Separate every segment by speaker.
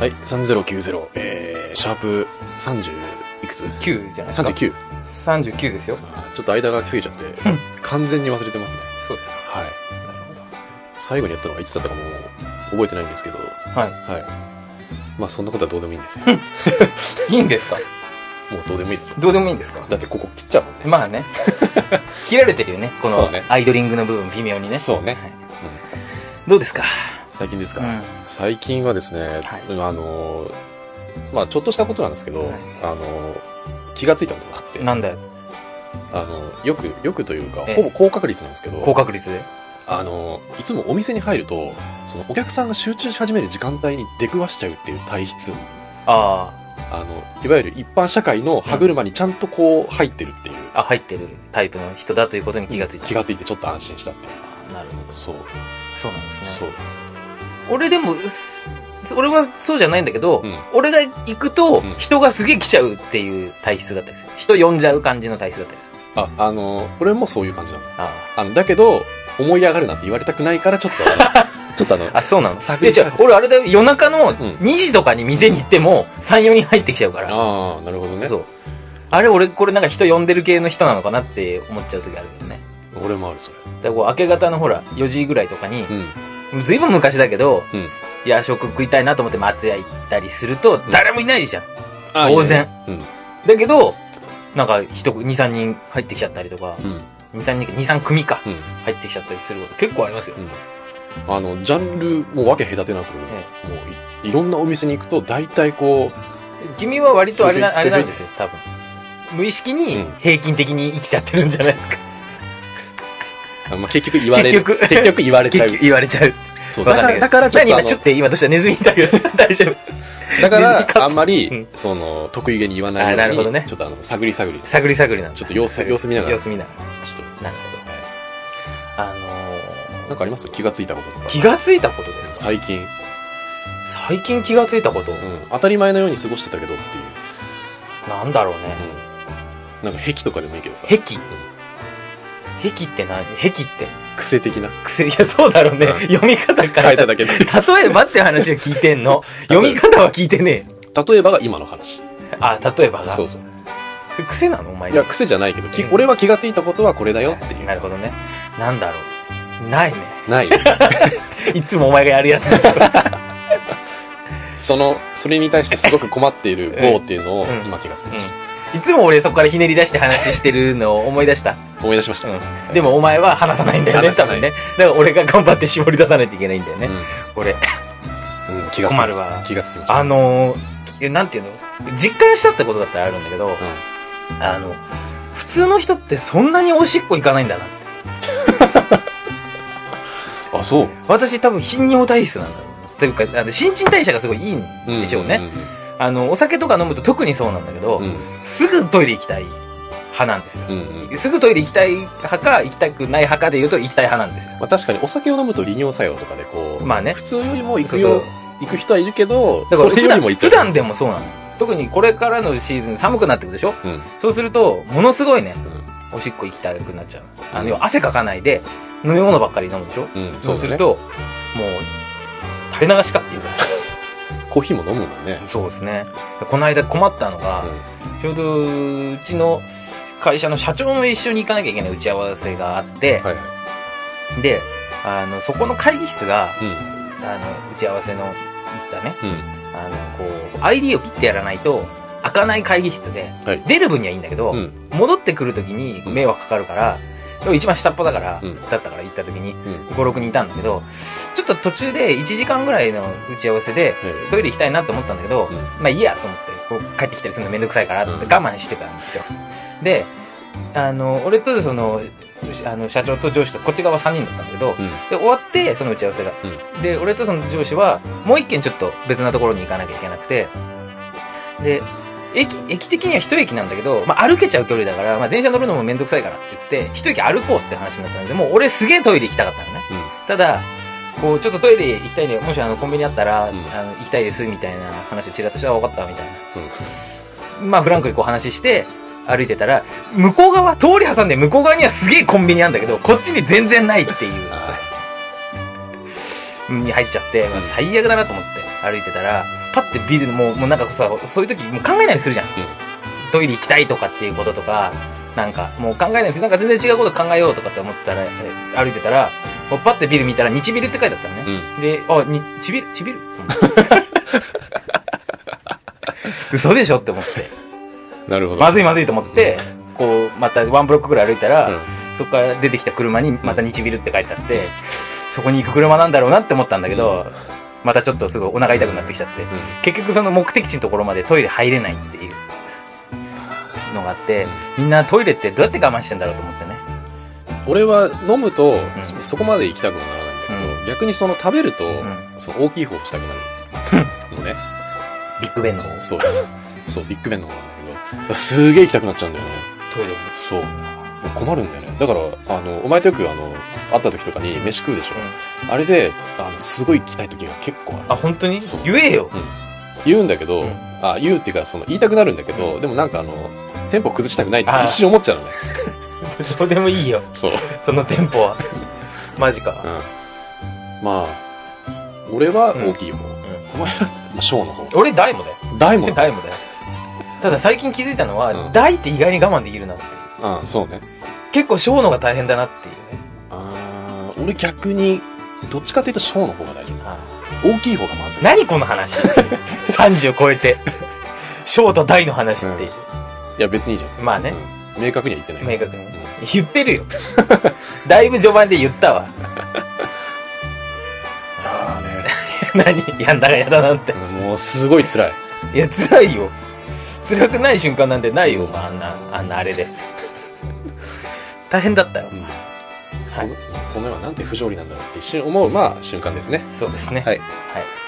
Speaker 1: 3090、えー、シャープ30いくつ
Speaker 2: 9じゃないですか。
Speaker 1: 39
Speaker 2: 39ですよ。
Speaker 1: あーちょっと間が空きすぎちゃって完全に忘れてますね
Speaker 2: そうですか。
Speaker 1: はい
Speaker 2: なるほど。
Speaker 1: 最後にやったのがいつだったかもう覚えてないんですけど
Speaker 2: は
Speaker 1: はいまあそんなことはどうでもいいんですよ
Speaker 2: い。いいんですか
Speaker 1: もうどうでもいいですよ
Speaker 2: どうでもいいんですか
Speaker 1: だってここ切っちゃうもんね
Speaker 2: まあね。切られてるよね。こ
Speaker 1: そ
Speaker 2: の
Speaker 1: うね
Speaker 2: アイドリングの部分、微妙にね。
Speaker 1: そうね
Speaker 2: はいどうですか
Speaker 1: 最近です
Speaker 2: う
Speaker 1: か、
Speaker 2: ん。
Speaker 1: 最近はですね、
Speaker 2: はい
Speaker 1: あのーまあちょっとしたことなんですけど、
Speaker 2: はい
Speaker 1: あのー気がついたことがあって
Speaker 2: なんだよ。
Speaker 1: あのーよくよくというか
Speaker 2: ええ
Speaker 1: ほぼ高確率なんですけど
Speaker 2: 高確率で。
Speaker 1: あのーいつもお店に入るとそのお客さんが集中し始める時間帯に出くわしちゃうっていう体質
Speaker 2: あ
Speaker 1: あのいわゆる一般社会の歯車にちゃんとこう入ってるっていう、
Speaker 2: あ。あ、入ってるタイプの人だということに気がついた。
Speaker 1: 気がついてちょっと安心したっていう
Speaker 2: なるほど。
Speaker 1: そう
Speaker 2: そうなんですね。
Speaker 1: そう
Speaker 2: 俺でも、す俺はそうじゃないんだけど、
Speaker 1: うん
Speaker 2: 俺が行くと
Speaker 1: うん、
Speaker 2: 人がすげえ来ちゃうっていう体質だったりする。人呼んじゃう感じの体質だったりする。
Speaker 1: ああのー俺もそういう感じなの
Speaker 2: あ
Speaker 1: あのだけど思い上がるなんて言われたくないからちょっとあの ちょっとあの
Speaker 2: あ。あ、そうなの
Speaker 1: 探
Speaker 2: い
Speaker 1: り
Speaker 2: や違う、俺あれだよ、夜中の
Speaker 1: ん
Speaker 2: 2時とかに店に行っても、3、4人入ってきちゃうから。
Speaker 1: ああ、なるほどね。
Speaker 2: そう。あれ俺、これなんか人呼んでる系の人なのかなって思っちゃう時あるよね。
Speaker 1: 俺もある、それ。
Speaker 2: だからこう明け方のほら、4時ぐらいとかに
Speaker 1: う、ん。
Speaker 2: ずいぶん昔だけど、
Speaker 1: うん
Speaker 2: 夜食食いたいなと思って松屋行ったりすると、
Speaker 1: ん
Speaker 2: 誰もいないじゃん。
Speaker 1: あ
Speaker 2: 当然。
Speaker 1: いいね
Speaker 2: だけど、なんか人、2、3人入ってきちゃったりとか、
Speaker 1: うん。うん。
Speaker 2: 2、3人、2、3組か、
Speaker 1: うん。
Speaker 2: 入ってきちゃったりすること結構ありますよ。
Speaker 1: うん。あの、ジャンルも分け隔てなく、もうい、いろんなお店に行くと、大体こ
Speaker 2: 君は割とあれ
Speaker 1: う
Speaker 2: な、
Speaker 1: ん
Speaker 2: あれなんですよ、多分。無意識に
Speaker 1: うん
Speaker 2: 平均的に生きちゃってるんじゃないですか。
Speaker 1: う、あまあ、結局言われる。
Speaker 2: 結局
Speaker 1: 結局言われちゃ
Speaker 2: 結
Speaker 1: う。
Speaker 2: 局言われちゃう。
Speaker 1: そう
Speaker 2: わ
Speaker 1: だ
Speaker 2: かん
Speaker 1: か
Speaker 2: な
Speaker 1: ら、
Speaker 2: いけど
Speaker 1: だからちょっ
Speaker 2: 何
Speaker 1: とあ
Speaker 2: 今ちょ
Speaker 1: の
Speaker 2: っ、と今どうしたネズミだけど、 大丈夫。
Speaker 1: だか
Speaker 2: 水着買った
Speaker 1: ら、あんまり、
Speaker 2: うん
Speaker 1: その、得意げに言わないよう
Speaker 2: あ
Speaker 1: に
Speaker 2: なるほどね
Speaker 1: ちょっとあの、探り探り、ちょ
Speaker 2: 探り探りなんだ
Speaker 1: っと様子、様子見ながら、
Speaker 2: 様
Speaker 1: ちょ
Speaker 2: 子見なが
Speaker 1: っと、
Speaker 2: ら。なるほど。あ
Speaker 1: な
Speaker 2: の
Speaker 1: ん
Speaker 2: ー、
Speaker 1: かあります気がついたこととか。
Speaker 2: 気がついたことですか
Speaker 1: 最近、
Speaker 2: 最近気がついたこと、
Speaker 1: うん。当たり前のように過ごしてたけどっていう。
Speaker 2: なんだろうね。
Speaker 1: うん。なんか、癖とかでもいいけどさ。
Speaker 2: 癖癖って何癖って。
Speaker 1: 癖的な。
Speaker 2: 癖、いや、そうだろうね。
Speaker 1: うん
Speaker 2: 読み方変えた。
Speaker 1: 変えただけ で。
Speaker 2: 例えばって話を聞いて んの。読み方は聞いてね
Speaker 1: 例えばが今の話。
Speaker 2: え。あ、例えばが。
Speaker 1: そうそう。
Speaker 2: それ癖なのお前
Speaker 1: いや、癖じゃないけど、き
Speaker 2: うん
Speaker 1: 俺は気がついたことはこれだよってい
Speaker 2: なるほどね。なんだろう。ないね。
Speaker 1: う。ない。
Speaker 2: いつもお前がやるやつ。
Speaker 1: その、それに対してすごく困っている某っていうのを
Speaker 2: うん
Speaker 1: 今気がつきました。
Speaker 2: いつも俺そこからひねり出して話してるのを思い出した。
Speaker 1: 思い出しました。
Speaker 2: うん。でもお前は話さないんだよね、
Speaker 1: 話さ
Speaker 2: 多
Speaker 1: ない
Speaker 2: 分ね。だから俺が頑張って絞り出さないといけないんだよね。俺。
Speaker 1: うんうん気がつきまし
Speaker 2: 困るわ
Speaker 1: た。気がつきました。
Speaker 2: あのーき、なんていうの実感したってことだったらあるんだけど、あの、普通の人ってそんなにおしっこ行かないんだなって。
Speaker 1: うんあ、そう。
Speaker 2: 私多分頻尿体質なんだと思います。というか、あの新陳代謝がすごいいいん
Speaker 1: うん
Speaker 2: でしょうね。。あの、お酒とか飲むと特にそうなんだけど、
Speaker 1: うんうん
Speaker 2: すぐトイレ行きたい派なんですよ。
Speaker 1: うんうんうん
Speaker 2: すぐトイレ行きたい派か、行きたくない派かで言うと行きたい派なんですよ。
Speaker 1: まあ確かにお酒を飲むと利尿作用とかでこう、
Speaker 2: まあね
Speaker 1: 普通よりも行
Speaker 2: そ
Speaker 1: く
Speaker 2: うそう
Speaker 1: よ、行く人はいるけど、
Speaker 2: だから
Speaker 1: それ
Speaker 2: 普
Speaker 1: よ
Speaker 2: 段
Speaker 1: りも行っちゃ
Speaker 2: 普
Speaker 1: う。
Speaker 2: 段でもそうなの。特にこれからのシーズン寒くなってくるでしょ
Speaker 1: うん。
Speaker 2: そうすると、ものすごいね、
Speaker 1: う
Speaker 2: おしっこ行きたくなっちゃう。あ
Speaker 1: う
Speaker 2: の、
Speaker 1: ん
Speaker 2: 要は汗かかないで、飲み物ばっかり飲むでしょ
Speaker 1: んうん。
Speaker 2: そ
Speaker 1: そうう
Speaker 2: す
Speaker 1: す
Speaker 2: る
Speaker 1: ると。
Speaker 2: と、もう、垂れ流しかっていうぐらい。
Speaker 1: コーヒーも飲むもんね。
Speaker 2: そうですね。この間困ったのが、ちょうど、うちの会社の社長も一緒に行かなきゃいけない打ち合わせがあって、
Speaker 1: はいは
Speaker 2: で、あの、そこの会議室が、
Speaker 1: い。うん。
Speaker 2: あの、打ち合わせの行ったね、
Speaker 1: うん。
Speaker 2: あの、こう、ID を切ってやらないと、開かない会議室で、
Speaker 1: はい
Speaker 2: 出る分にはいいんだけど、
Speaker 1: うん
Speaker 2: 戻ってくるときに迷惑かかるから、でも一番下っ端だから、
Speaker 1: うん
Speaker 2: だったから行ったときに、
Speaker 1: うん。は
Speaker 2: 5、6人いたんだけど、ちょっと途中で1時間ぐらいの打ち合わせで、
Speaker 1: い
Speaker 2: トイレ行きたいなと思ったんだけど、
Speaker 1: うん
Speaker 2: まあいいやと思って、こう帰ってきたりするのめんどくさいからって
Speaker 1: うん
Speaker 2: 我慢してたんですよ。で、あの、俺とその、あの、社長と上司とこっち側3人だったんだけど、
Speaker 1: うん。
Speaker 2: で、終わって、その打ち合わせが。で、俺とその上司は、もう一軒ちょっと別なところに行かなきゃいけなくて、で、駅、駅的には一駅なんだけど、まあ、歩けちゃう距離だから、まあ、電車乗るのもめんどくさいからって言って、一駅歩こうって話になったので、もう俺すげえトイレ行きたかったのね。
Speaker 1: うん。
Speaker 2: ただ、こう、ちょっとトイレ行きたいんで、もしあの、コンビニあったら、
Speaker 1: うん
Speaker 2: あの、行きたいです、みたいな話をちらっとしたら分かった、みたいな。まあ、フランクにこう話して、歩いてたら、向こう側、通り挟んで向こう側にはすげえコンビニあんだけど、こっちに全然ないっていう。
Speaker 1: あ
Speaker 2: に入っちゃって、まあ
Speaker 1: うん
Speaker 2: 最悪だなと思って歩いてたら、パッてビルのもうもうなんかさそういう時もう考えないようにするじゃん、トイレ行きたいとかっていうこととかなんかもう考えないようにするなんか全然違うこと考えようとかって思ってたらえ歩いてたらこうパッてビル見たら日ビルって書いてあったのね、
Speaker 1: うん。
Speaker 2: で、あ、に、ちびる、ちびると思って。 嘘でしょって思って。
Speaker 1: なるほど。
Speaker 2: まずいまずいと思って、こう、またワンブロックぐらい歩いたら、
Speaker 1: うん
Speaker 2: そこから出てきた車にまた日ビルって書いてあって、そこに行く車なんだろうなって思ったんだけど、またちょっとすごいお腹痛くなってきちゃって、
Speaker 1: う
Speaker 2: 結局その目的地のところまでトイレ入れないっていうのがあって、みんなトイレってどうやって我慢してんだろうと思ってね。
Speaker 1: ん俺は飲むと、
Speaker 2: ん
Speaker 1: そこまで行きたくもならないんだけど、逆にその食べると、
Speaker 2: ん
Speaker 1: その大きい方をしたくな るのね。
Speaker 2: ビッグベンの方
Speaker 1: そう。そう、ビッグベンの方なんだけど、すげえ行きたくなっちゃうんだよね。
Speaker 2: トイレに。
Speaker 1: そう。困るんだよね。だから、あの、お前とよく、あの、会った時とかに飯食うでしょ。あれで、あの、すごい行きたい時が結構あ
Speaker 2: あ、
Speaker 1: る。
Speaker 2: 本当に
Speaker 1: そう
Speaker 2: 言えよ。
Speaker 1: 言うんだけど、
Speaker 2: うん
Speaker 1: あ、言うっていうか、その、言いたくなるんだけど、でもなんかあの、テンポ崩したくないって
Speaker 2: あー
Speaker 1: 一瞬思っちゃうのね。
Speaker 2: どうでもいいよ。
Speaker 1: そう。
Speaker 2: その店舗は。 マジか。
Speaker 1: うんまあ、俺は大きい方。お前は、小の方。
Speaker 2: 俺、大もだよ。
Speaker 1: 大も。
Speaker 2: 大もだよ。ただ最近気づいたの
Speaker 1: う
Speaker 2: は、
Speaker 1: ん
Speaker 2: 大って意外に我慢できるなっていう。
Speaker 1: うん、そうね。
Speaker 2: 結構、小の方が大変だなっていうね。
Speaker 1: あー俺逆に、どっちかっていうと小の方が大丈
Speaker 2: あ
Speaker 1: 夫。大きい方がまずい。
Speaker 2: 何この話 ?30 を超えて。小と大の話っていう。
Speaker 1: いや、別にいいじゃん。
Speaker 2: まあね。
Speaker 1: うん明確には言ってない。
Speaker 2: 明確に
Speaker 1: うん。
Speaker 2: 言ってるよ。だいぶ序盤で言ったわ。
Speaker 1: あーね。
Speaker 2: 何やんだかやだなんて。
Speaker 1: うんもうすごい辛い。
Speaker 2: いや、辛いよ。辛くない瞬間なんてないよ、まあ、あんな、あんなあれで。大変だったよ
Speaker 1: う。ん
Speaker 2: はい。
Speaker 1: この世はなんて不条理なんだろうって一瞬思う、まあ、瞬間ですね。
Speaker 2: そうですね。
Speaker 1: はい
Speaker 2: はい。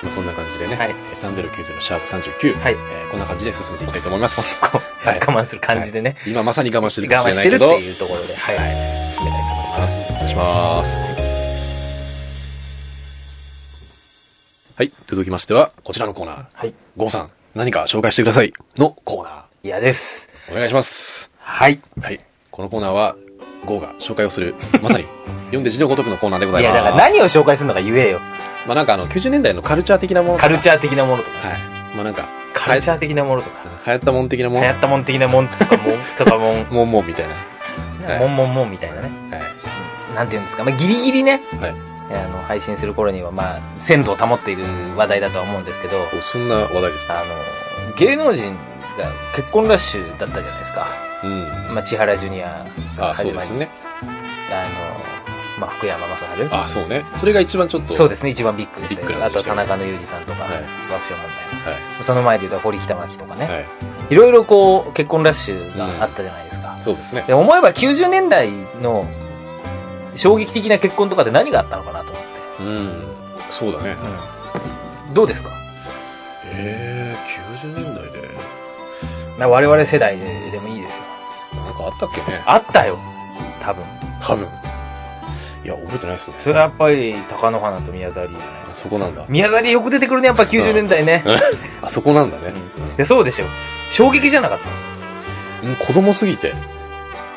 Speaker 1: まあ、そんな感じでね、
Speaker 2: はい
Speaker 1: 3090シャープ39、
Speaker 2: はい
Speaker 1: えーこんな感じで進めていきたいと思いま
Speaker 2: おし
Speaker 1: す。
Speaker 2: っこを
Speaker 1: はい
Speaker 2: 我慢する感じでね、
Speaker 1: 今まさに我慢してるかもし
Speaker 2: 我
Speaker 1: れ
Speaker 2: 慢
Speaker 1: な
Speaker 2: し
Speaker 1: い
Speaker 2: てる
Speaker 1: け
Speaker 2: っ
Speaker 1: ど、
Speaker 2: ていうところで、はい、はい、進めたいと思います。
Speaker 1: お願いします。はい、続きましては、こちらのコーナー、
Speaker 2: はい。
Speaker 1: ゴーさん、何か紹介してくださいのコーナー、
Speaker 2: 嫌です。
Speaker 1: お願いします。
Speaker 2: はい。
Speaker 1: はい、このコーナーは、ゴーが紹介をする、まさに、読んで字のごとくのコーナーでござ
Speaker 2: い
Speaker 1: いま
Speaker 2: や、
Speaker 1: す。
Speaker 2: だから何を紹介するのか言えよ。
Speaker 1: まあなんかあの、90年代のカルチャー的なもの
Speaker 2: カルチ
Speaker 1: ャ
Speaker 2: ャー的なものとか、
Speaker 1: ー。はい。まあなんか、
Speaker 2: カルチャー的なものとか、
Speaker 1: 流行ったもん的なも
Speaker 2: 流
Speaker 1: ん
Speaker 2: 行、ったもん的なもんとか、もんとかもん、
Speaker 1: もんもんみたいな。はい
Speaker 2: もんもんもんみたいなね。
Speaker 1: はい。
Speaker 2: なんていうんですか、まあ、ギリギリね、
Speaker 1: はい。
Speaker 2: あの、配信する頃には、まあ、鮮度を保っている話題だとは思うんですけど、
Speaker 1: おそんな話題ですか
Speaker 2: あの、芸能人が結婚ラッシュだったじゃないですか。
Speaker 1: うん。
Speaker 2: まあ、千原ジュニア
Speaker 1: ああ、
Speaker 2: が
Speaker 1: そ
Speaker 2: 始
Speaker 1: うで
Speaker 2: まり
Speaker 1: す、ね。
Speaker 2: あの、まあ、福山雅治
Speaker 1: ああ、そうね。それが一番ちょっと。
Speaker 2: そう
Speaker 1: で
Speaker 2: ですね、一番ビッグでし
Speaker 1: ビ
Speaker 2: た
Speaker 1: ッグ
Speaker 2: よ。
Speaker 1: な
Speaker 2: あ
Speaker 1: んで
Speaker 2: と、
Speaker 1: した
Speaker 2: 田
Speaker 1: よね
Speaker 2: 中の裕二さんとか、
Speaker 1: はい
Speaker 2: 爆笑問題。
Speaker 1: す。はい。
Speaker 2: その前で言うと、堀北真希とかね、
Speaker 1: はい。
Speaker 2: い。ろいろこう、結婚ラッシュがあったじゃないですか。
Speaker 1: そうですね。
Speaker 2: で、思えば90年代の衝撃的な結婚とかで何があったのかなと思って。
Speaker 1: うん。そうだね。
Speaker 2: うん。どうですか
Speaker 1: ええ90年代で。
Speaker 2: まあ我々世代でもいいですよ。
Speaker 1: なんかあったっけね。
Speaker 2: あったよ。多分。
Speaker 1: 多分。いや、覚えてないですね。
Speaker 2: それはやっぱり、貴乃花と宮沢りえじゃないで
Speaker 1: あ
Speaker 2: す
Speaker 1: そ
Speaker 2: か。
Speaker 1: こなんだ。
Speaker 2: 宮沢りえよく出てくるね、やっぱ90年代ね。
Speaker 1: あそこなんだね。
Speaker 2: いや、そうでしょ。衝撃じゃなかった
Speaker 1: うん、子供すぎて。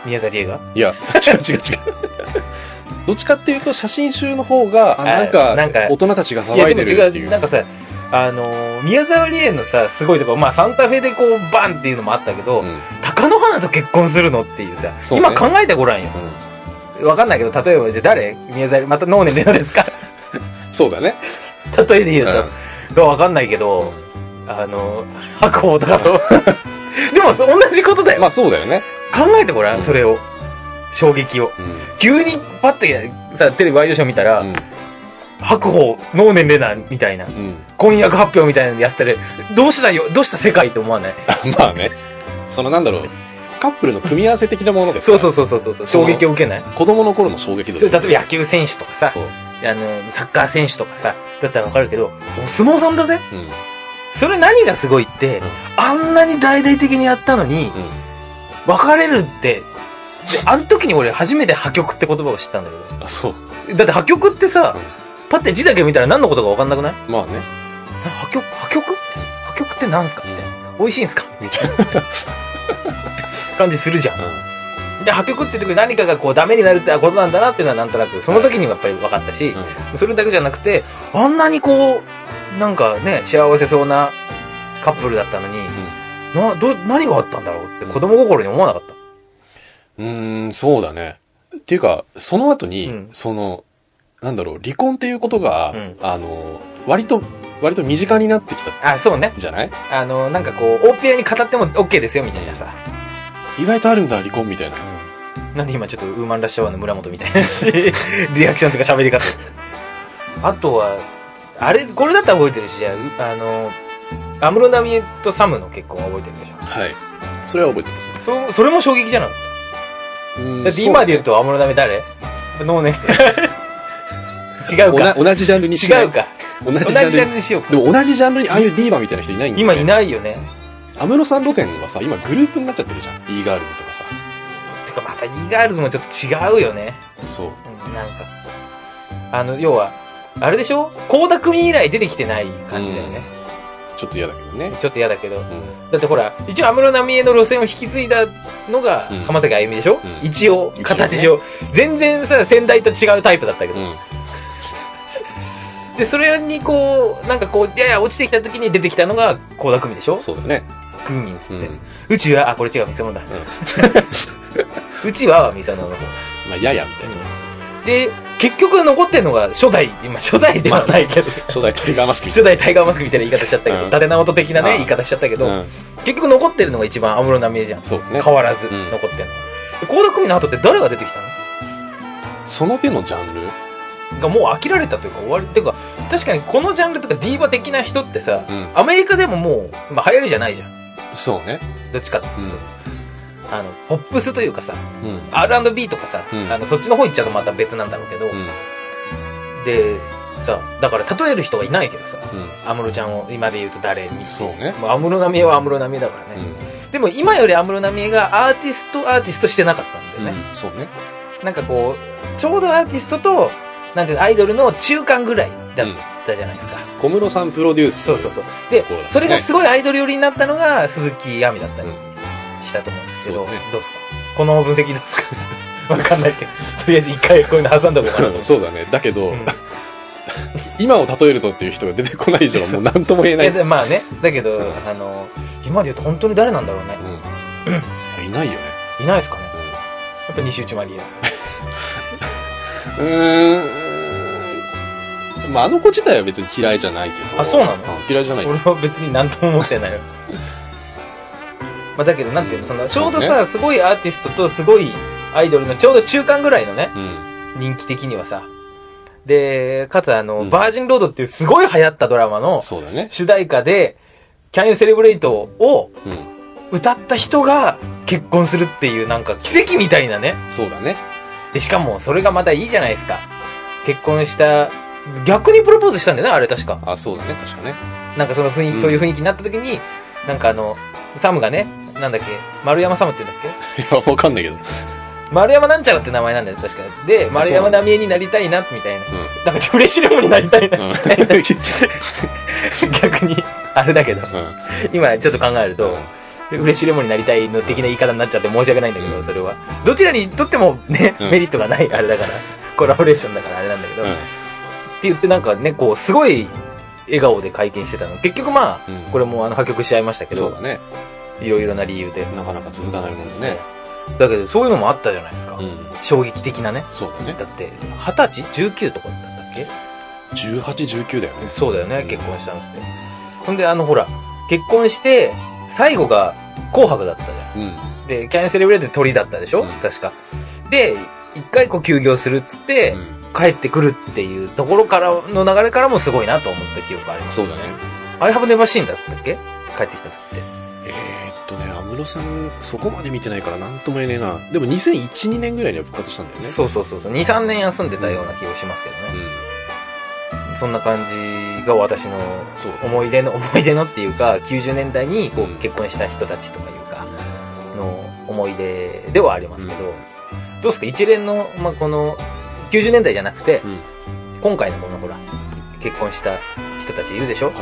Speaker 2: 宮沢りえが。
Speaker 1: いや、違う違う違う。どっちかっていうと、写真集の方が、あ、なんか、
Speaker 2: あなんか
Speaker 1: 大人たちが
Speaker 2: いや
Speaker 1: 騒
Speaker 2: で
Speaker 1: いで
Speaker 2: も
Speaker 1: るって
Speaker 2: 違
Speaker 1: いうう。
Speaker 2: なんかさあのー宮沢りえのさすごいとこまあサンタフェでこうバンっていうのもあったけど、
Speaker 1: うん、うん。
Speaker 2: 貴乃花と結婚するのっていうさ
Speaker 1: そうね
Speaker 2: 今考えてごらんよわかんないけど例えばじゃあ誰宮沢りえまた能年玲奈ですか
Speaker 1: そうだね。
Speaker 2: 例えで言
Speaker 1: う
Speaker 2: うんと、がわかんないけど、あのー白鵬とかと でもそう同じことだよ、
Speaker 1: まあそうだよね。
Speaker 2: 考えてごらん、
Speaker 1: うん
Speaker 2: それを衝撃を
Speaker 1: うん。
Speaker 2: 急にパッてさテレビワイドショー見たら、白鵬能年玲奈みたいな
Speaker 1: うん。うん。
Speaker 2: 婚約発表みたいなのやってたらどうしたよどうした世界って思わない
Speaker 1: まあね。そのなんだろう。カップルの組み合わせ的なものです
Speaker 2: そ
Speaker 1: か
Speaker 2: うそうそうそうそう衝撃を受けない
Speaker 1: 子供の頃の衝撃度
Speaker 2: それ例えば野球選手とかさ
Speaker 1: そう。
Speaker 2: あのサッカー選手とかさだったらわかるけどお相撲さんだぜ
Speaker 1: うん。うん。
Speaker 2: それ何がすごいって、
Speaker 1: うん
Speaker 2: あんなに大々的にやったのに別れるってであの時に俺初めて破局って言葉を知ったんだけ
Speaker 1: あ、そう。
Speaker 2: どだって破局ってさ、
Speaker 1: うん
Speaker 2: パッて字だけ見たら何のことかわかんなくない
Speaker 1: まあね。
Speaker 2: な破局破局破局って何すかみたいな美味しいんす かみたいな感じするじゃん
Speaker 1: う
Speaker 2: で破局って時に何かがこうダメになるってことなんだなっていうのはなんとなくその時にもやっぱり分かったし、
Speaker 1: ん。うん。
Speaker 2: それだけじゃなくてあんなにこうなんかね、幸せそうなカップルだったのに、な、ど、何があったんだろうって子供心に思わなかった。
Speaker 1: うーん、そうだね。っていうか、その後に、
Speaker 2: うん
Speaker 1: その、なんだろう、離婚っていうことが、
Speaker 2: うん
Speaker 1: あの、割と、割と身近になってきた
Speaker 2: あ、そうね。
Speaker 1: じゃない
Speaker 2: あの、なんかこう、大っぴらに語っても OK ですよ、みたいなさ。
Speaker 1: 意外とあるんだ、離婚みたいな。
Speaker 2: なんで今ちょっとウーマンラッシュアワーの村本みたいなし、 リアクションとか喋り方。あとは、あれ、これだったら覚えてるし、じゃあ、うあの、安室奈美恵とサムの結婚は覚えてるでしょ。
Speaker 1: はい。それは覚えてます。
Speaker 2: そそれも衝撃じゃない
Speaker 1: うん
Speaker 2: だって今で言うと安室奈美誰ノーネクタイ 違
Speaker 1: そううね
Speaker 2: か。
Speaker 1: おな同じジャンルにしない
Speaker 2: 違う。か。
Speaker 1: 同じジ
Speaker 2: 同じ
Speaker 1: ャンル
Speaker 2: ジャンルにしようか
Speaker 1: で。も同じジャンルにああいうディーバみたいな人いないんだよ
Speaker 2: 今
Speaker 1: ね
Speaker 2: いないよね。
Speaker 1: 安室さん路線はさ、今グループになっちゃってるじゃん。e ガールズとかさ。
Speaker 2: てかまた e ガールズもちょっと違うよね。
Speaker 1: そう。
Speaker 2: うんなんか。あの、要は、あれでしょ倖田組以来出てきてない感じだよね。
Speaker 1: ちょっと嫌だけどね。
Speaker 2: ちょっと嫌だけど。
Speaker 1: うん。
Speaker 2: だってほら、一応安室奈美恵の路線を引き継いだのが
Speaker 1: うん
Speaker 2: 浜崎あゆみでしょ、
Speaker 1: うん
Speaker 2: 一応、形上、全然さ、先代と違うタイプだったけど。
Speaker 1: うん。
Speaker 2: で、それにこう、なんかこう、やや落ちてきた時に出てきたのが倖田組でしょ
Speaker 1: そうだね。
Speaker 2: グーミンっつ
Speaker 1: う
Speaker 2: っ
Speaker 1: ん
Speaker 2: て。。宇宙は、あ、これ違う、ミサノだ。 うちははミサノの方。
Speaker 1: まあ、ややみたいな。
Speaker 2: で、結局残ってんのが初代、今初代ではないけ どさ。
Speaker 1: 初代タイガーマスクみた
Speaker 2: 初代タイガーマスクみたいな言い方しちゃったけ
Speaker 1: う
Speaker 2: ど、
Speaker 1: ん
Speaker 2: 縦直人的な
Speaker 1: う
Speaker 2: ね、
Speaker 1: ん
Speaker 2: 言い方しちゃったけ
Speaker 1: いな。
Speaker 2: ど、
Speaker 1: うん。
Speaker 2: 結局残ってるのが一番安室奈美恵じゃん。
Speaker 1: そうね。
Speaker 2: 変わらず
Speaker 1: うん
Speaker 2: 残ってんの。で倖田組の後って誰が出てきた
Speaker 1: その手のジャンル
Speaker 2: のがもう飽きられたというか終わりっていうか、確かにこのジャンルとかディーバ的な人ってさ、
Speaker 1: うん。
Speaker 2: アメリカでももう、まあ流行りじゃないじゃん。
Speaker 1: そうね。
Speaker 2: どっちかっていうと。あの、ポップスというかさ、
Speaker 1: うん。うん。
Speaker 2: R&B とかさ、
Speaker 1: うん
Speaker 2: あの、そっちの方行っちゃうとまた別なんだろうけど、
Speaker 1: うん。
Speaker 2: で、さ、だから例える人がいないけどさ、
Speaker 1: うん。
Speaker 2: 安室ちゃんを今で言うと誰に
Speaker 1: そうね。
Speaker 2: もう安室奈美恵は安室奈美恵だからね。でも今より安室奈美恵がアーティスト、アーティストしてなかったんだよね。
Speaker 1: うん。そうね。
Speaker 2: なんかこう、ちょうどアーティストと、なんていうの、アイドルの中間ぐらいだったじゃないですか。
Speaker 1: 小室さんプロデュース。
Speaker 2: そうそうそう。で
Speaker 1: そうだね、
Speaker 2: それがすごいアイドル寄りになったのが鈴木亜美だったりしたと思うんですけど、
Speaker 1: うんそうだね
Speaker 2: どうですかこの分析どうですかわかん ないけど、とりあえず一回こういうの挟んだ方がいいかなと
Speaker 1: うん。そうだね。だけど、
Speaker 2: うん
Speaker 1: 今を例えるとっていう人が出てこない以上はもう何とも言え
Speaker 2: い
Speaker 1: ない。
Speaker 2: や
Speaker 1: うん。
Speaker 2: でまあね、だけど、
Speaker 1: うん
Speaker 2: あの、今で言うと本当に誰なんだろうね。
Speaker 1: いないよね。
Speaker 2: いないですかね。やっぱ西内まりや。
Speaker 1: うん。うーん。まあ、あの子自体は別に嫌いじゃないけど。
Speaker 2: あそうなの
Speaker 1: ん嫌いじゃない。
Speaker 2: 俺は別に何とも思っ てないよ。まあだけど、なんていうの、その、ちょうど
Speaker 1: そう
Speaker 2: さ、すごいアーティストとすごいアイドルのちょうど中間ぐらいのね、
Speaker 1: うん。
Speaker 2: 人気的にはさ。で、かつあの、
Speaker 1: うん
Speaker 2: バージンロードっていうすごい流行ったドラマの
Speaker 1: そうだね。
Speaker 2: 主題歌で、Can You Celebrate を
Speaker 1: うん。
Speaker 2: 歌った人が結婚するっていうなんか奇跡みたいなね。
Speaker 1: そうだね。
Speaker 2: で、しかもそれがまたいいじゃないですか。結婚した、逆にプロポーズしたんだよね、あれ確か。
Speaker 1: あ、そうだね。確かね。
Speaker 2: なんかその雰囲気、
Speaker 1: うん
Speaker 2: そういう雰囲気になった時に、なんかあの、サムがね、なんだっけ、丸山サムって言うんだっけ
Speaker 1: いや、わかんないけど。
Speaker 2: 丸山なんちゃらって名前なんだよ、確か。で、丸山奈美恵になりたいな、みたいな。
Speaker 1: う
Speaker 2: なんか嬉しいもになりたい
Speaker 1: ん。
Speaker 2: な、
Speaker 1: うん。
Speaker 2: 逆に。あれだけ
Speaker 1: う
Speaker 2: ど、
Speaker 1: ん
Speaker 2: 今ちょっと考えると、嬉しいもになりたいの的な言い方になっちゃって申し訳ないんだけ
Speaker 1: う
Speaker 2: ど、
Speaker 1: ん
Speaker 2: それは。どちらにとってもね、
Speaker 1: うん
Speaker 2: メリットがない、あれだから。コラボレーションだからあれなんだけど。
Speaker 1: う
Speaker 2: って
Speaker 1: ん。
Speaker 2: 言ってなんかね、こう、すごい笑顔で会見してたの。結局まあ、
Speaker 1: うん
Speaker 2: これもあの破局しちゃいましたけ
Speaker 1: そう
Speaker 2: ど
Speaker 1: だ、ね。
Speaker 2: いろいろな理由で。
Speaker 1: なかなか続かないもんでね。
Speaker 2: だけど、そういうのもあったじゃないですか。
Speaker 1: うん。
Speaker 2: 衝撃的なね。
Speaker 1: そうだね。
Speaker 2: だって、二十歳 ?19 とかだったっけ
Speaker 1: 18、19だよね。
Speaker 2: そうだよ
Speaker 1: う
Speaker 2: ね
Speaker 1: ん、
Speaker 2: 結婚したのって。ほんで、あの、ほら、結婚して、最後が紅白だったじゃ
Speaker 1: うん。
Speaker 2: ん。で、キャンセルブレードで鳥だったでしょ、
Speaker 1: うん
Speaker 2: 確か。で、一回こう休業するっつって、
Speaker 1: うん。
Speaker 2: 帰ってくるっていうところからの流れからもすごいなと思った記憶があります。
Speaker 1: そうだね。
Speaker 2: アイハブネバーシーンだったっけ帰ってきた時って。
Speaker 1: えーっとね、安室さん、そこまで見てないからなんとも言えねえな。でも2001、2年ぐらいには復活したんだよね。
Speaker 2: そうそうそうそう。2、3年休んでたような気がしますけどね。
Speaker 1: うん。
Speaker 2: そんな感じが私の
Speaker 1: そうだね。
Speaker 2: 思い出の、 思い出のっていうか、90年代にこ
Speaker 1: うん
Speaker 2: う結婚した人たちとかいうか、の思い出ではありますけど、どうですか一連の、まあ、この、90年代じゃなくて、
Speaker 1: うん
Speaker 2: 今回のこのほら、結婚した人たちいるでしょ
Speaker 1: は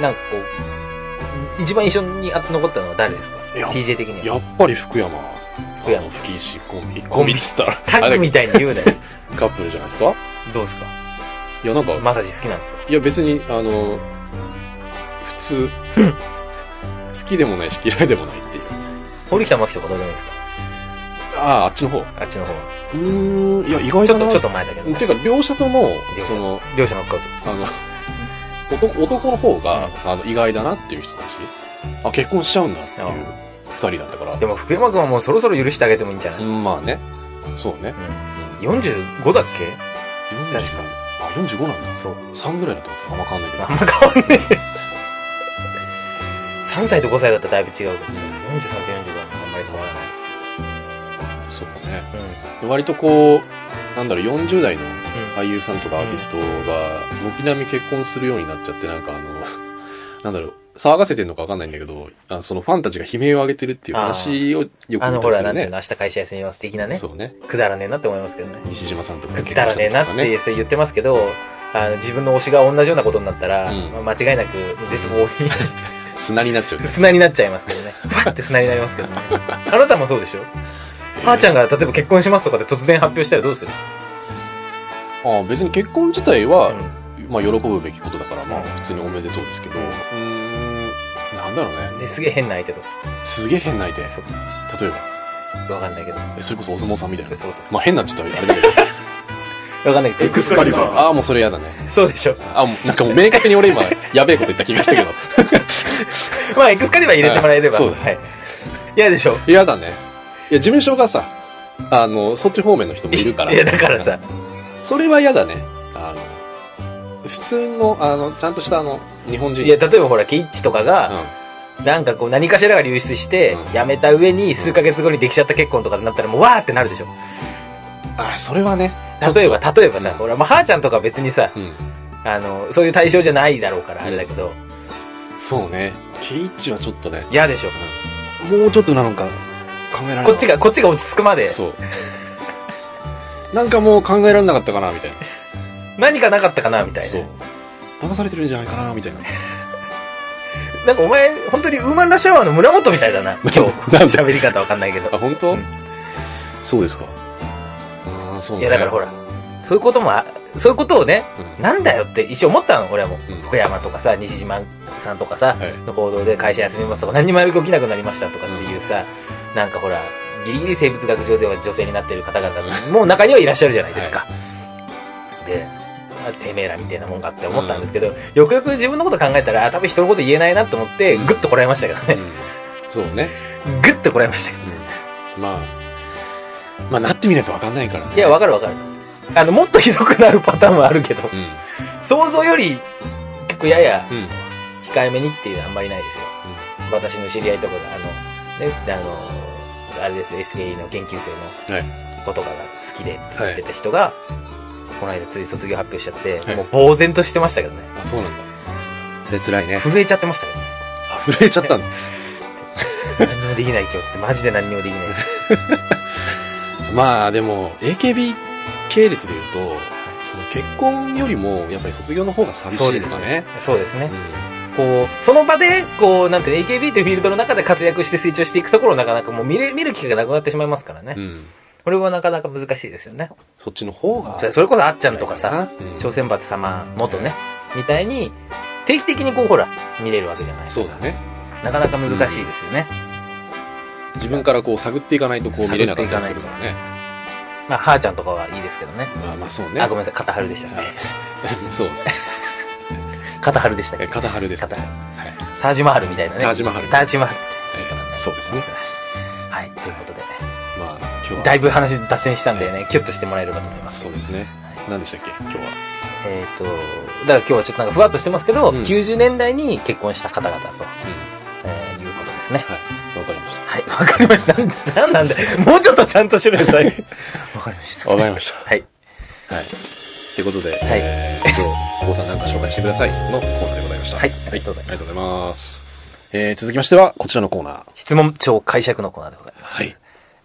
Speaker 2: なんかこう、一番印象に残ったのは誰ですか
Speaker 1: いや
Speaker 2: ?TJ 的には。
Speaker 1: やっぱり福山。
Speaker 2: 福山
Speaker 1: あの吹石コンビ。
Speaker 2: コ
Speaker 1: コ
Speaker 2: ン
Speaker 1: ン
Speaker 2: ビ
Speaker 1: ビっつったら。
Speaker 2: タ
Speaker 1: あ
Speaker 2: ッ グ
Speaker 1: れ
Speaker 2: みたいに言うなよ。
Speaker 1: カップルじゃないですか
Speaker 2: どうですか
Speaker 1: いや、なんか、
Speaker 2: マサジ好きなんですよ。
Speaker 1: いや別に、あの、普通、 好きでもないし嫌いでもないっていう。
Speaker 2: 堀北真希とかどうでもいいですか
Speaker 1: ああ、あっちの方。う
Speaker 2: あっちの方。
Speaker 1: ーん、いや、意外
Speaker 2: ち
Speaker 1: だ
Speaker 2: ょっ
Speaker 1: な
Speaker 2: と、ちょっと前だけど、ね。
Speaker 1: ていうか、両者とも
Speaker 2: 両、者
Speaker 1: その、
Speaker 2: 両者ノックアウ
Speaker 1: あの、男男の方が、あの意外だなっていう人たち。あ、結婚しちゃうんだっていう
Speaker 2: あ
Speaker 1: 二人だったから
Speaker 2: ト。で。も福山君はもうそろそろ許してあげてもいいんじゃな
Speaker 1: う
Speaker 2: い、
Speaker 1: んまあね。そうね。
Speaker 2: うん、?45 だっけ
Speaker 1: 40
Speaker 2: 確かに
Speaker 1: あ、45なんだ。
Speaker 2: そう。
Speaker 1: 3ぐらいだと思ってた。あんま変わんないけど
Speaker 2: あんま。変わんねえ。3歳と5歳だったらだいぶ違うけどさ、43と45はあんまり変わらないですよ。
Speaker 1: そうね。
Speaker 2: うん。
Speaker 1: 割とこう、なんだろう、40代の
Speaker 2: うん
Speaker 1: 俳優さんとかアーティストが、軒並み結婚するようになっちゃって、なんかあの、なんだろう、騒がせてんのかわかんないんだけど、あそのファンたちが悲鳴を上げてるっていう話をよく見
Speaker 2: あ
Speaker 1: た
Speaker 2: の、ほ
Speaker 1: り
Speaker 2: ら、
Speaker 1: す
Speaker 2: な
Speaker 1: る
Speaker 2: んていう
Speaker 1: ね
Speaker 2: の、。明日会社休みます的なね。
Speaker 1: そうね。
Speaker 2: くだらねえなって思いますけどね。
Speaker 1: 西島さんとか
Speaker 2: く
Speaker 1: 結
Speaker 2: だ
Speaker 1: 婚
Speaker 2: ら
Speaker 1: し
Speaker 2: ねえ
Speaker 1: て
Speaker 2: な
Speaker 1: た
Speaker 2: っ
Speaker 1: とか
Speaker 2: て
Speaker 1: ね。
Speaker 2: それ言ってますけど、あの自分の推しが同じようなことになったら、
Speaker 1: うん
Speaker 2: まあ間違いなく絶望に、
Speaker 1: 砂になっちゃうね。
Speaker 2: 砂になっちゃいますけどね。ふわって砂になりますけどね。あなたもそうでしょ母ちゃんが例えば結婚しますとかって突然発表したらどうする、
Speaker 1: ああ別に結婚自体
Speaker 2: う
Speaker 1: は、
Speaker 2: ん
Speaker 1: まあ喜ぶべきことだから、まあ普通におめでとうですけど、うーん、なんだろうね。
Speaker 2: ですげえ変な相手とか。
Speaker 1: すげえ変な相手。
Speaker 2: そう
Speaker 1: 例えば、
Speaker 2: わかんないけど。
Speaker 1: えそれこそお相撲さんみたいな。
Speaker 2: そうそうそう
Speaker 1: まあ変なんちょっとあれだけ ど。
Speaker 2: わかんないけど。
Speaker 1: ああ、もうそれ嫌だね。
Speaker 2: そうでしょ。
Speaker 1: あ、もうなんかもう明確に俺今、やべえこと言った気が したけど。
Speaker 2: まあエクスカリバー入れてもらえれば。
Speaker 1: はいそうだ
Speaker 2: はい。嫌でしょ。
Speaker 1: 嫌だね。いや、事務所がさ、あの、そっち方面の人もいるから。
Speaker 2: いやだからさ。
Speaker 1: それは嫌だね。あの、普通の、あの、ちゃんとしたあの、日本人。
Speaker 2: いや、例えばほら、キッチとかが、
Speaker 1: う
Speaker 2: なんかこう何かしらが流出して
Speaker 1: うん、
Speaker 2: やめた上に数ヶ月後にできちゃった結婚とかになったらもうわーってなるでしょ。
Speaker 1: ん。あ、それはね。
Speaker 2: 例えば、
Speaker 1: ちょっ
Speaker 2: 例えばさ、
Speaker 1: うん
Speaker 2: ほら、まあ、はーちゃんとか別にさ、
Speaker 1: と。うん。
Speaker 2: あの、そういう対象じゃないだろうから、あれだけど、
Speaker 1: そうね。ケイッチはちょっとね、
Speaker 2: 嫌でしょ。
Speaker 1: もうちょっとなんか、考えられない。
Speaker 2: こっちが、こっちが落ち着くまで、
Speaker 1: そう。なんかもう考えられなかったかな、みたいな。
Speaker 2: 何かなかったかな、みたい
Speaker 1: そ
Speaker 2: な
Speaker 1: う。。騙されてるんじゃないかな、みたいな。
Speaker 2: なんかお前、本当にウーマンラッシュアワーの村本みたいだな、 今日
Speaker 1: なん。で
Speaker 2: 喋り方わかんないけど
Speaker 1: あ、。本当
Speaker 2: うん？
Speaker 1: そうですか。ああ、そう
Speaker 2: い
Speaker 1: ね
Speaker 2: や、だからほら、そういうこともあ、そういうことをね、
Speaker 1: うん
Speaker 2: なんだよって一応思ったの、俺はもう
Speaker 1: うん。
Speaker 2: 福山とかさ、西島さんとかさ、
Speaker 1: はい。
Speaker 2: の報道で会社休みますとか、何にもやる気起きなくなりましたとかっていうさ、なんかほら、ギリギリ生物学上では女性になっている方々も中にはいらっしゃるじゃないですか。で、あてめえらみたいなもんかって思ったんですけど、よくよく自分のこと考えたら、あ多分人のこと言えないなと思って、ぐっとこらえましたけど
Speaker 1: う
Speaker 2: ね。
Speaker 1: んそうね。
Speaker 2: ぐっとこらえましたけ
Speaker 1: うんまあ、まあ、なってみないとわかんないからね。
Speaker 2: ど。いや、わかるわかる。あの、もっとひどくなるパターンはあるけど、
Speaker 1: う
Speaker 2: 想像より、結構やや
Speaker 1: ん。うん。うん
Speaker 2: 控えめにっていうのはあんまりないですよ。私の知り合いとかが、あの、ね、あの、あれですよ、SKE の研究生
Speaker 1: は
Speaker 2: の子とかが好きでって言
Speaker 1: は
Speaker 2: って
Speaker 1: い。
Speaker 2: た人が、この間つい卒業発表しちゃって、
Speaker 1: はい
Speaker 2: もう呆然としてましたけどね。
Speaker 1: あ、そうなんだ。それ辛いね。
Speaker 2: 震えちゃってましたけどね。
Speaker 1: あ、震えちゃったんだ。
Speaker 2: 何にもできない今日つって、マジで何にも できない。
Speaker 1: まあ、でも、AKB 系列で言うと、その結婚よりも、やっぱり卒業の方が寂しいのかね。
Speaker 2: そうですね
Speaker 1: う。ん
Speaker 2: こう、その場で、こう、なんていうの AKB というフィールドの中で活躍して成長していくところをなかなかもう見れ、見る機会がなくなってしまいますからね。
Speaker 1: うん。
Speaker 2: これはなかなか難しいですよね。
Speaker 1: そっちの方が。
Speaker 2: それそれこそあっちゃんとかさ、
Speaker 1: うん、
Speaker 2: 朝鮮罰様元ね、みたいに、定期的にこう、ほら、見れるわけじゃない。
Speaker 1: そうだね。
Speaker 2: なかなか難しいですよね。
Speaker 1: 自分からこう探っていかないとこう見れなかったりするからね。
Speaker 2: まあ、はーちゃんとかはいいですけどね。
Speaker 1: あまあそうね。
Speaker 2: あ、ごめんなさい、肩春でしたね。
Speaker 1: そう ですね。
Speaker 2: 肩春でしたっ
Speaker 1: え
Speaker 2: け
Speaker 1: 肩春ですね。
Speaker 2: 肩春
Speaker 1: は
Speaker 2: タージマハルみたいなね。
Speaker 1: い。タージマハル。
Speaker 2: タージマハル。
Speaker 1: えーそうですね。
Speaker 2: はい、ということで、
Speaker 1: まあ今日は。
Speaker 2: だいぶ話脱線したんでね、キュッとしてもらえればと思います
Speaker 1: そ。うですね。何でしたっけ今日は。
Speaker 2: えっと、だから今日はちょっとなんかふわっとしてますけど、
Speaker 1: うん
Speaker 2: 90年代に結婚した方々と、
Speaker 1: うん。
Speaker 2: えーいうことですね。
Speaker 1: はい。わかりまし
Speaker 2: はい、わかりました。なんなんだよもうちょっとちゃんとしろよ、最後。わかりました
Speaker 1: た。わかりまし
Speaker 2: はい。
Speaker 1: た。はい。ということで、
Speaker 2: はい
Speaker 1: えー今日、郷さんなんか紹介してくださいのコーナーでございました。
Speaker 2: はい
Speaker 1: あ
Speaker 2: ありがとうござ
Speaker 1: りが
Speaker 2: います
Speaker 1: とうございます。えー続きましては、こちらのコーナー。
Speaker 2: 質問超解釈のコーナーでございます。
Speaker 1: はい。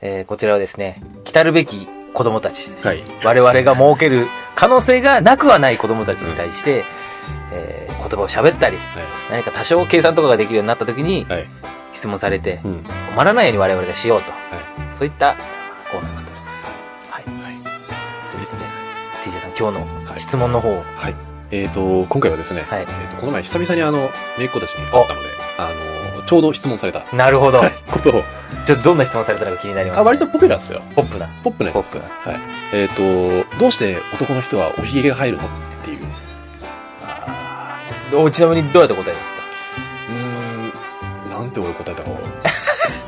Speaker 2: えーこちらはですね、来るべき子供たち、
Speaker 1: はい。
Speaker 2: 我々が設ける可能性がなくはない子供たちに対して、えー言葉を喋ったり、何か多少計算とかができるようになった時に
Speaker 1: はい。はい。
Speaker 2: 質問されて
Speaker 1: う、ん。
Speaker 2: 困らないように我々がしようと、
Speaker 1: は
Speaker 2: そういったコーナーになっております。はい。
Speaker 1: はい。
Speaker 2: ということで、T 社さん今日の
Speaker 1: はい。はい
Speaker 2: 質問の方を。
Speaker 1: はい。えっ、と、今回はですね、
Speaker 2: はい
Speaker 1: えっとこの前久々にあの、姪っ子たちに会ったので、あの、ちょうど質問された
Speaker 2: なるほど。
Speaker 1: ことを、
Speaker 2: ちょっとどんな質問されたのか気になります、ね。
Speaker 1: あ、割とポピュラーですよ。
Speaker 2: ポップな。
Speaker 1: ポップなやつです。
Speaker 2: ポ
Speaker 1: はい。
Speaker 2: ッ
Speaker 1: えっ、と、どうして男の人はおひげが入るのっていう。
Speaker 2: おちなみにどうやって答えますか
Speaker 1: うーん、なんて俺答えたか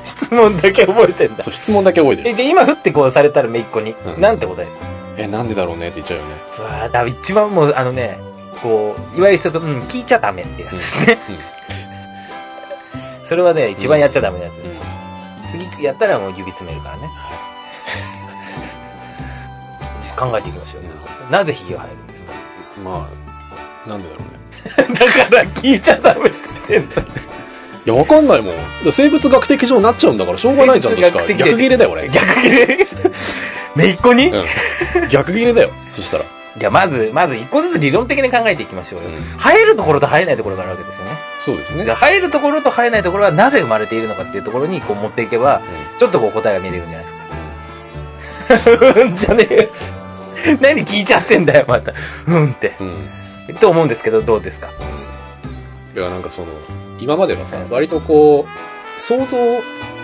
Speaker 2: 質問だけ覚えてんだ。
Speaker 1: そう、質問だけ覚えて
Speaker 2: え、
Speaker 1: る。
Speaker 2: じゃあ今降ってこうされたらめいっ子に、
Speaker 1: うん
Speaker 2: なんて答え
Speaker 1: え、なんでだろうねって言っちゃうよね。
Speaker 2: うわーだ一番もう、あのね、こう、いわゆる一つ、うん、聞いちゃダメってやつですね。 それはね、一番やっちゃダメなやつ
Speaker 1: う
Speaker 2: で
Speaker 1: ん。う
Speaker 2: す
Speaker 1: ん。。
Speaker 2: 次やったらもう指詰める からね。考えていきましょう。なぜヒゲ生えるんですか
Speaker 1: まあ、なんでだろうね。
Speaker 2: だから聞いちゃダメっつってんだ。
Speaker 1: いや、わかんないもん。だから生物学的上なっちゃうんだから、しょうがないじゃんとしか。
Speaker 2: 生物学的
Speaker 1: 逆切れだよ、俺。
Speaker 2: 逆切れ めいっ子に、
Speaker 1: うん逆切れだよ。そしたら。
Speaker 2: じゃあまず、まず一個ずつ理論的に考えていきましょうよ。
Speaker 1: うん
Speaker 2: 生えるところと生えないところがあるわけですよね。
Speaker 1: そうです
Speaker 2: で
Speaker 1: ね。
Speaker 2: 生えるところと生えないところはなぜ生まれているのかっていうところにこう持っていけば、ちょっとこう答えが見えてくるんじゃないですか。うんじゃねえよ。 何聞いちゃってんだよ、また。うんって。
Speaker 1: うん。うん
Speaker 2: と思うんですけど、どうですか
Speaker 1: いや、なんかその、今まではさ、割とこう、想像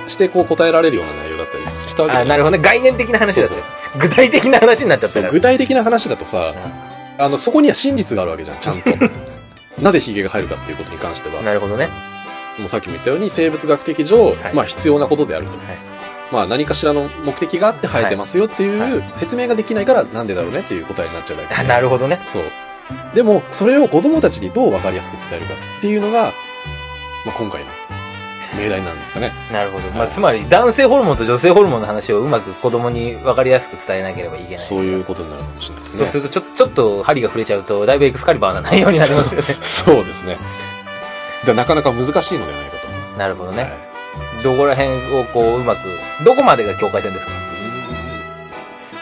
Speaker 1: してこう答えられるような内容だったりしたわけじ
Speaker 2: あ
Speaker 1: ゃな
Speaker 2: ない
Speaker 1: です
Speaker 2: るほ
Speaker 1: か。
Speaker 2: どね。概念的な話だったよ
Speaker 1: そう
Speaker 2: 具体的な話になっちゃった
Speaker 1: そう、
Speaker 2: ら。
Speaker 1: 具体的な話だとさ、あの、そこには真実があるわけじゃん、ちゃんと。なぜヒゲが入るかっていうことに関しては、
Speaker 2: なるほどね。
Speaker 1: もうさっきも言ったように生物学的上、
Speaker 2: はい
Speaker 1: まあ必要なことであると。
Speaker 2: はい
Speaker 1: まあ何かしらの目的があって生えてますよってい
Speaker 2: はいう
Speaker 1: 説明ができないからなんでだろうねっていう答えになっちゃうだけ。
Speaker 2: あなるほどね。
Speaker 1: そう。でも、それを子供たちにどう分かりやすく伝えるかっていうのが、まあ、今回の命題なんですかね。
Speaker 2: なるほど。ま
Speaker 1: は
Speaker 2: あ、
Speaker 1: い
Speaker 2: つまり、男性ホルモンと女性ホルモンの話をうまく子供に分かりやすく伝えなければいけない。
Speaker 1: そういうことになるかもしれないです
Speaker 2: そう
Speaker 1: ね。
Speaker 2: すると、ちょ、ちょっと針が触れちゃうと、だいぶエクスカリバーな内容になりますよね。
Speaker 1: そうですね。でなかなか難しいのではないかと。
Speaker 2: なるほどね。
Speaker 1: はい
Speaker 2: どこら辺をこう、うまく、どこまでが境界線ですか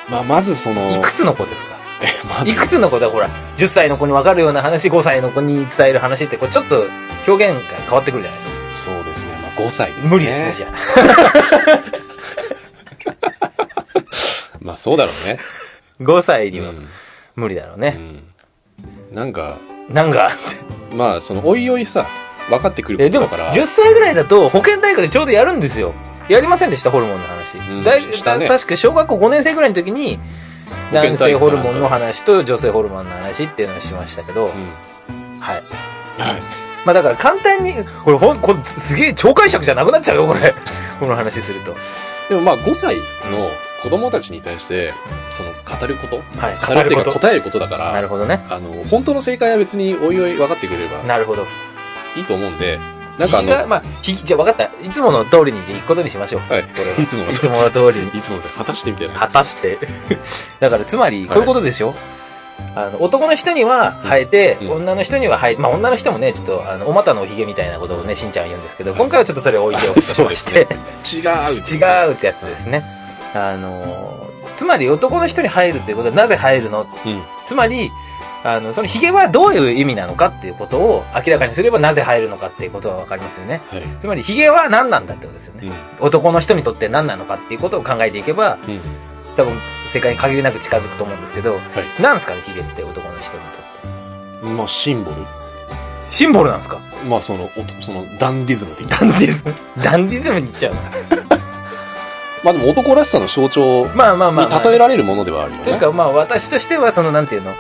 Speaker 1: まあ、まずその、
Speaker 2: いくつの子ですか
Speaker 1: えまあ
Speaker 2: いくつの子だ、ほら、10歳の子に分かるような話、5歳の子に伝える話って、こうちょっと表現が変わってくるじゃないですか。
Speaker 1: そうですね。まあ、5歳ですね。
Speaker 2: 無理ですね、じゃあ。
Speaker 1: まあ、そうだろうね。
Speaker 2: 5歳に
Speaker 1: う
Speaker 2: は
Speaker 1: ん
Speaker 2: 無理だろう
Speaker 1: う
Speaker 2: ね。
Speaker 1: ん。なんか、
Speaker 2: なんか、
Speaker 1: まあ、その、おいおいさ、分かってくるこ
Speaker 2: え、で
Speaker 1: とだ
Speaker 2: も、
Speaker 1: から。
Speaker 2: 10歳ぐらいだと、保健体育でちょうどやるんですよ。やりませんでした、ホルモンの話。
Speaker 1: うん
Speaker 2: だい
Speaker 1: したね
Speaker 2: た確か小学校5年生ぐらいの時に、
Speaker 1: 保健体育
Speaker 2: 男性ホルモンの話と女性ホルモンの話っていうのをしましたけど、
Speaker 1: うん
Speaker 2: はい。
Speaker 1: はい。
Speaker 2: まあだから簡単に、これほん、これすげえ超解釈じゃなくなっちゃうよ、これ。 この話すると。
Speaker 1: でもまあ5歳の子供たちに対して、その語ること
Speaker 2: はい。
Speaker 1: 語るっていうか
Speaker 2: と。
Speaker 1: 答えることだか
Speaker 2: な
Speaker 1: ら、
Speaker 2: るほどね。
Speaker 1: あの、本当の正解は別においおい分かってくれれば
Speaker 2: なるほど。
Speaker 1: いいと思うんで、なんかあ
Speaker 2: ひ
Speaker 1: の、
Speaker 2: げがまあ、ひじゃあ分かった。いつもの通りに、じゃあ行くことにしましょう。
Speaker 1: はい、
Speaker 2: これ は
Speaker 1: いつもの
Speaker 2: いつもの通りに。
Speaker 1: いつもで果たしてみたいな。
Speaker 2: 果たして。 だから、つまり、こういうことでしょ、あの、男の人には生えて、
Speaker 1: うん
Speaker 2: 女の人には生えて、まあ、女の人もね、ちょっと、あの、お股のおひげみたいなことをね、しんちゃんは言うんですけど、今回はちょっとそれを置いておくとしまし
Speaker 1: そう
Speaker 2: て、
Speaker 1: 違う
Speaker 2: 違うってやつですね。あのー、つまり男の人に生えるっていうことはなぜ生えるの
Speaker 1: うん。
Speaker 2: つまり、あの、そのヒゲはどういう意味なのかっていうことを明らかにすればなぜ生えるのかっていうことはわかりますよね。
Speaker 1: はい。
Speaker 2: つまりヒゲは何なんだってことですよね。男の人にとって何なのかっていうことを考えていけば、
Speaker 1: うん。うん。
Speaker 2: 多分世界に限りなく近づくと思うんですけど、
Speaker 1: は
Speaker 2: なんですかね、ヒゲって男の人にとって。
Speaker 1: い。まあ、シンボル。
Speaker 2: シンボルなんですか
Speaker 1: まあ、その、おとその、ダンディズム的な。
Speaker 2: ダンディズム。 ダンディズムに行っちゃうの。
Speaker 1: まあでも男らしさの象徴に
Speaker 2: まあまあまあ、まあ。
Speaker 1: 例えられるものではあるよ
Speaker 2: という
Speaker 1: ね。
Speaker 2: かまあ私としてはそのなんていうの、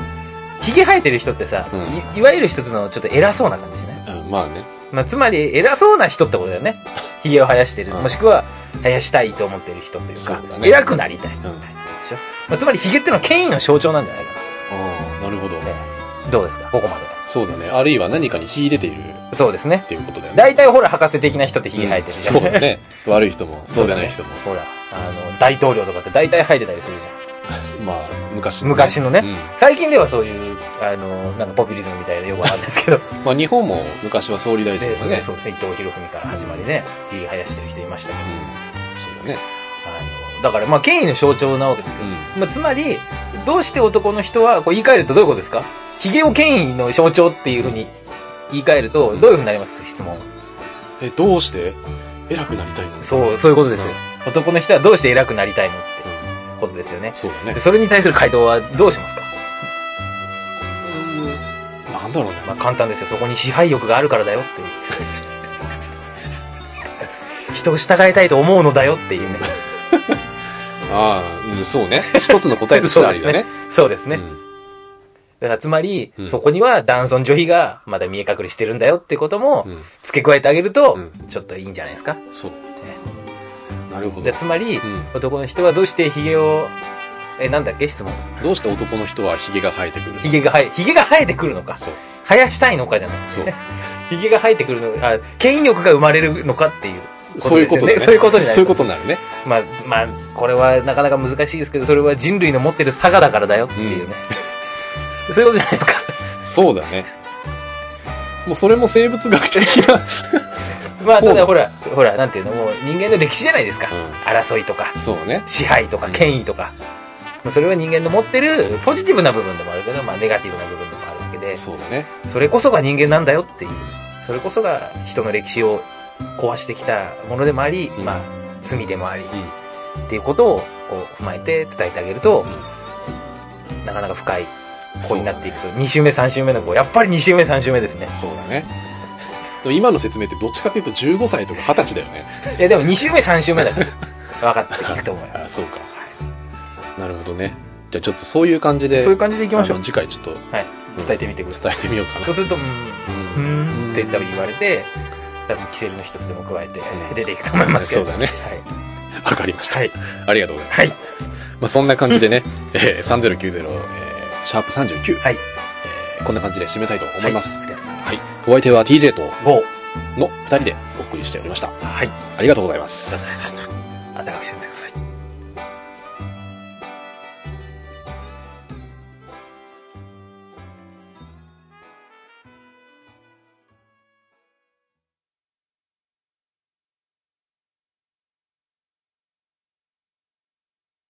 Speaker 2: ヒゲ生えてる人ってさ、
Speaker 1: う
Speaker 2: いいわゆる一つのちょっと偉そうな感じね。
Speaker 1: うん、まあね。
Speaker 2: まあ、つまり、偉そうな人ってことだよね。ヒゲを生やしてる。
Speaker 1: うん
Speaker 2: もしくは、生やしたいと思ってる人というか
Speaker 1: そうだ、ね
Speaker 2: 偉くなりたい。
Speaker 1: うん。あ
Speaker 2: でしょまあ、つまり、ヒゲってのは権威の象徴なんじゃないか
Speaker 1: あ、なるほど。
Speaker 2: な。ねどうですかここま
Speaker 1: そうだね。あるいは何かに秀でているっ
Speaker 2: で。そうですね。
Speaker 1: ていうことだよね。
Speaker 2: 大体、ほら、博士的な人ってヒゲ生えてるじゃん。
Speaker 1: そうだね。悪い人も、そうでない人も。
Speaker 2: ほら、あの、大統領とかって大体生えてたりするじゃん。
Speaker 1: まあ、昔
Speaker 2: 昔のね
Speaker 1: うん
Speaker 2: 最近ではそういう、あの、なんかポピュリズムみたいでよくわかんないですけど。
Speaker 1: まあ、日本も昔は総理大臣
Speaker 2: で、
Speaker 1: と
Speaker 2: そ
Speaker 1: か
Speaker 2: うで
Speaker 1: ね。
Speaker 2: すね、伊藤博文から始まりね、ヒゲ生やしてる人いましたけど。
Speaker 1: うんそうだね。
Speaker 2: あの、だから、まあ、権威の象徴なわけですよ。
Speaker 1: うん
Speaker 2: まあ、つまり、どうして男の人は、こう言い換えるとどういうことですかヒゲを権威の象徴っていうふうに言い換えると、どういうふうになります質問。
Speaker 1: え、どうして偉くなりたいのう。
Speaker 2: そう、そういうことですよ。男の人はどうして偉くなりたいのって
Speaker 1: うん
Speaker 2: ことですよね。
Speaker 1: そうだね
Speaker 2: で。それに対する回答はどうしますか
Speaker 1: だろうね。
Speaker 2: まあ簡単ですよそこに支配欲があるからだよっていう 人を従いたいと思うのだよっていうね
Speaker 1: ああ、うん、そうね。一つの答えとしてあるよね。
Speaker 2: そうですね、
Speaker 1: うん
Speaker 2: だからつまり、
Speaker 1: うん
Speaker 2: そこには男尊女卑がまだ見え隠れしてるんだよってことも
Speaker 1: うん
Speaker 2: 付け加えてあげると、
Speaker 1: うん
Speaker 2: ちょっといいんじゃないですか
Speaker 1: そう。なるほど
Speaker 2: で。つま
Speaker 1: う
Speaker 2: り、
Speaker 1: ん
Speaker 2: 男の人はどうしてヒゲをえなんだっけ質問
Speaker 1: どうして男の人はヒゲが生えてくるの
Speaker 2: ヒゲが生えヒゲが生えてくるのか
Speaker 1: そう。
Speaker 2: 生やしたいのかじゃなくて
Speaker 1: そう。
Speaker 2: ヒゲが生えてくるのかあ権威欲が生まれるのかっていう
Speaker 1: そういうことだね。
Speaker 2: そういうことになります
Speaker 1: そういうことになるね。
Speaker 2: まあまあこれはなかなか難しいですけどそれは人類の持ってる差がだからだよっていうね、 そういうことじゃないですか
Speaker 1: そうだね。もうそれも生物学的な。
Speaker 2: まあ
Speaker 1: そ
Speaker 2: た
Speaker 1: うだ
Speaker 2: だほらほらなんていうのもう人間の歴史じゃないですか、
Speaker 1: うん
Speaker 2: 争いとか
Speaker 1: そうね。
Speaker 2: 支配とか
Speaker 1: うん
Speaker 2: 権威とか、まあそれは人間の持ってるポジティブな部分でもあるけど、まあ、ネガティブな部分でもあるわけで
Speaker 1: そうだね。
Speaker 2: それこそが人間なんだよっていうそれこそが人の歴史を壊してきたものでもあり、
Speaker 1: うん
Speaker 2: まあ罪でもあり、
Speaker 1: ん
Speaker 2: っていうことをこう踏まえて伝えてあげると、なかなか深い子になっていくと、2週目3週目の子やっぱり2週目3週目ですね
Speaker 1: そうだね。でも今の説明ってどっちかっていうと15歳とか20歳だよね。
Speaker 2: いやでも2週目3週目だから 分かっていくと思い
Speaker 1: あ
Speaker 2: ま
Speaker 1: そうか。なるほどね。じゃあちょっとそういう感じで、
Speaker 2: すそういう感じでいきましょ
Speaker 1: あ
Speaker 2: う
Speaker 1: の次回ちょっと
Speaker 2: はい
Speaker 1: うん
Speaker 2: 伝えてみてください
Speaker 1: 伝えてみようかな
Speaker 2: そう。すると「うん
Speaker 1: うん
Speaker 2: うん」って多分言われて多分キセルの一つでも加えて出ていくと思いますけど、
Speaker 1: そうだ ね。
Speaker 2: は
Speaker 1: わ
Speaker 2: い
Speaker 1: かりました。
Speaker 2: はい
Speaker 1: ありがとうございます。
Speaker 2: はい
Speaker 1: まあ、そんな感じで ね、えー、3090、えー、シャープ39、
Speaker 2: はい
Speaker 1: えーこんな感じで締めたいと思います。
Speaker 2: は
Speaker 1: はい
Speaker 2: ありがとうございます、
Speaker 1: い。お相手は TJ と
Speaker 2: 五
Speaker 1: の2人でお送りしておりました。
Speaker 2: はい
Speaker 1: ありがとうございます
Speaker 2: くだ。さいあたかくしてです